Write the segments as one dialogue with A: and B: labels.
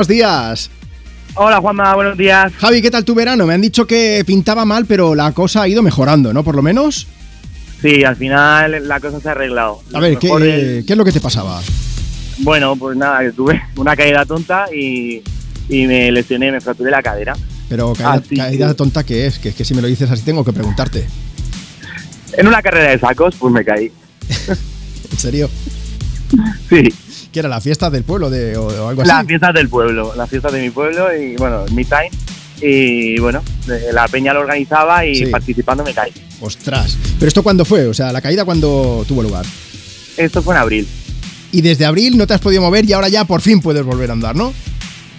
A: buenos días.
B: Hola Juanma, buenos días.
A: Javi, ¿qué tal tu verano? Me han dicho que pintaba mal, pero la cosa ha ido mejorando, ¿no? Por lo menos.
B: Sí, al final la cosa se ha arreglado.
A: A ver,
B: Lo
A: ¿qué, eh,
B: mejor es-
A: qué es lo que te pasaba?
B: Bueno, pues nada, que tuve una caída tonta y, y me lesioné, me fracturé la cadera.
A: Pero caída,
B: Ah, sí,
A: caída
B: sí.
A: tonta que es, que es que si me lo dices así tengo que preguntarte.
B: En una carrera de sacos, pues me caí.
A: En serio.
B: Sí,
A: ¿Que era la fiesta del pueblo de, o, o algo así?
B: las fiestas del pueblo, las fiestas de mi pueblo y bueno, mi time. Y bueno, eh, la peña lo organizaba y
A: Sí.
B: participando me caí.
A: Ostras. ¿Pero esto cuándo fue? O sea, la caída cuándo tuvo lugar.
B: Esto fue en abril.
A: Y desde abril no te has podido mover y ahora ya por fin puedes volver a andar, ¿no?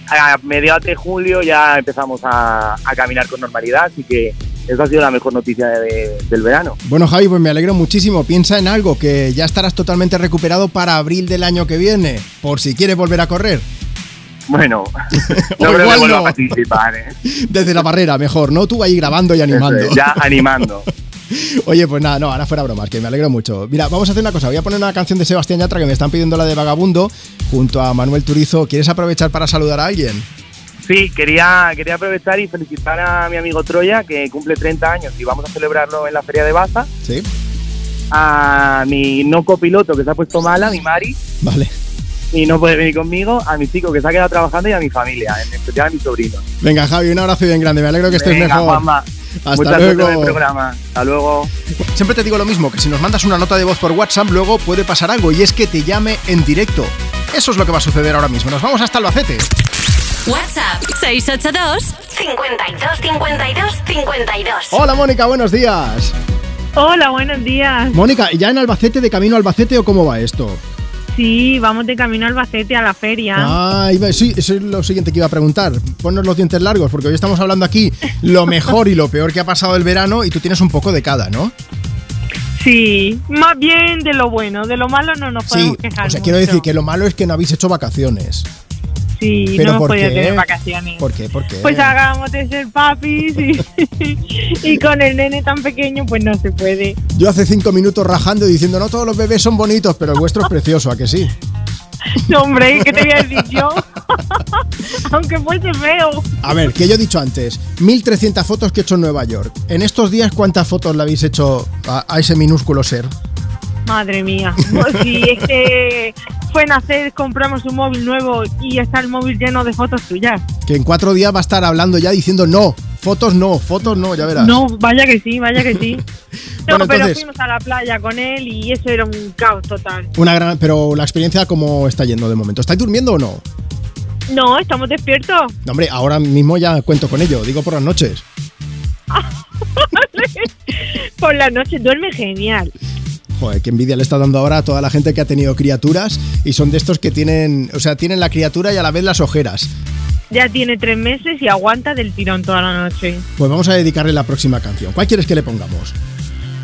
B: A mediados de julio ya empezamos a, a caminar con normalidad, así que esa ha sido la mejor noticia de- del verano.
A: Bueno, Javi, pues me alegro muchísimo. Piensa en algo, que ya estarás totalmente recuperado para abril del año que viene, por si quieres volver a correr.
B: Bueno,
A: O
B: no creo que
A: igual no.
B: vuelva a participar, ¿eh?
A: Desde la barrera, mejor, ¿no? Tú ahí grabando y animando.
B: Eso es, ya animando.
A: Oye, pues nada, no, ahora fuera bromas, que me alegro mucho. Mira, vamos a hacer una cosa, voy a poner una canción de Sebastián Yatra que me están pidiendo la de Vagabundo junto a Manuel Turizo. ¿Quieres aprovechar para saludar a alguien?
B: Sí, quería, quería aprovechar y felicitar a mi amigo Troya, que cumple 30 años y vamos a celebrarlo en la Feria de Baza.
A: Sí,
B: A mi no copiloto, que se ha puesto mala, mi Mari,
A: vale.
B: y no puede venir conmigo. A mi chico, que se ha quedado trabajando, y a mi familia, en especial a mi sobrino.
A: Venga, Javi, un abrazo bien grande, me alegro que estés
B: Venga,
A: mejor.
B: Juanma.
A: Hasta
B: Muchas suerte
A: luego.
B: en el programa. Hasta luego.
A: Siempre te digo lo mismo, que si nos mandas una nota de voz por WhatsApp luego puede pasar algo y es que te llame en directo. Eso es lo que va a suceder ahora mismo. Nos vamos hasta Albacete.
C: WhatsApp 682 52 52 52.
A: Hola Mónica, buenos días.
D: Hola, buenos días.
A: Mónica, ¿ya en Albacete, de camino a Albacete o cómo va esto?
D: Sí, vamos de camino a Albacete a la feria.
A: Ah, iba- sí, eso es lo siguiente que iba a preguntar. Ponnos los dientes largos porque hoy estamos hablando aquí lo mejor y lo peor que ha pasado el verano y tú tienes un poco de cada, ¿no?
D: Sí, más bien de lo bueno, de lo malo no nos podemos
A: Sí,
D: quejar.
A: o sea, quiero decir
D: mucho.
A: que lo malo es que no habéis hecho vacaciones.
D: sí,
A: pero
D: no hemos
A: ¿por
D: podido
A: qué?
D: tener vacaciones.
A: ¿Por qué? ¿Por qué?
D: Pues hagamos de ser papis y, y con el nene tan pequeño pues no se puede.
A: Yo hace cinco minutos rajando y diciendo, no todos los bebés son bonitos, pero el vuestro es precioso, ¿a que sí?
D: No, hombre, ¿qué te voy a decir yo? Aunque fuese feo.
A: A ver, que yo he dicho antes, 1300 fotos que he hecho en Nueva York. En estos días, ¿cuántas fotos le habéis hecho a, a ese minúsculo ser?
D: Madre mía, si es que fue nacer, compramos un móvil nuevo y está el móvil lleno de fotos tuyas.
A: Que en cuatro días va a estar hablando ya diciendo, no, fotos no, fotos no, ya verás.
D: No, vaya que sí, vaya que sí. No,
A: Bueno,
D: pero
A: entonces-
D: fuimos a la playa con él y eso era un caos total.
A: Una gran, pero la experiencia, ¿cómo está yendo de momento? ¿Estáis durmiendo o no?
D: No, estamos despiertos.
A: No, hombre, ahora mismo ya cuento con ello, digo por las noches.
D: Por la noche duerme genial.
A: Joder, qué envidia le está dando ahora a toda la gente que ha tenido criaturas y son de estos que tienen, o sea, tienen la criatura y a la vez las ojeras.
D: Ya tiene tres meses y aguanta del tirón toda la noche.
A: Pues vamos a dedicarle la próxima canción. ¿Cuál quieres que le pongamos?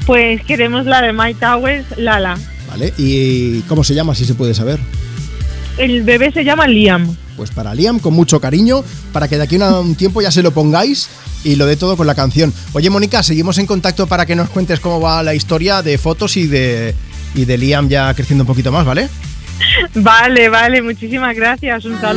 D: Pues queremos la de My Towers, Lala.
A: ¿Vale? ¿Y cómo se llama, si se puede saber?
D: El bebé se llama Liam.
A: Pues para Liam, con mucho cariño, para que de aquí a un tiempo ya se lo pongáis y lo dé todo con la canción. Oye, Mónica, seguimos en contacto para que nos cuentes cómo va la historia de fotos y de, y de Liam ya creciendo un poquito más, ¿vale?
D: Vale, vale, muchísimas gracias. Un saludo.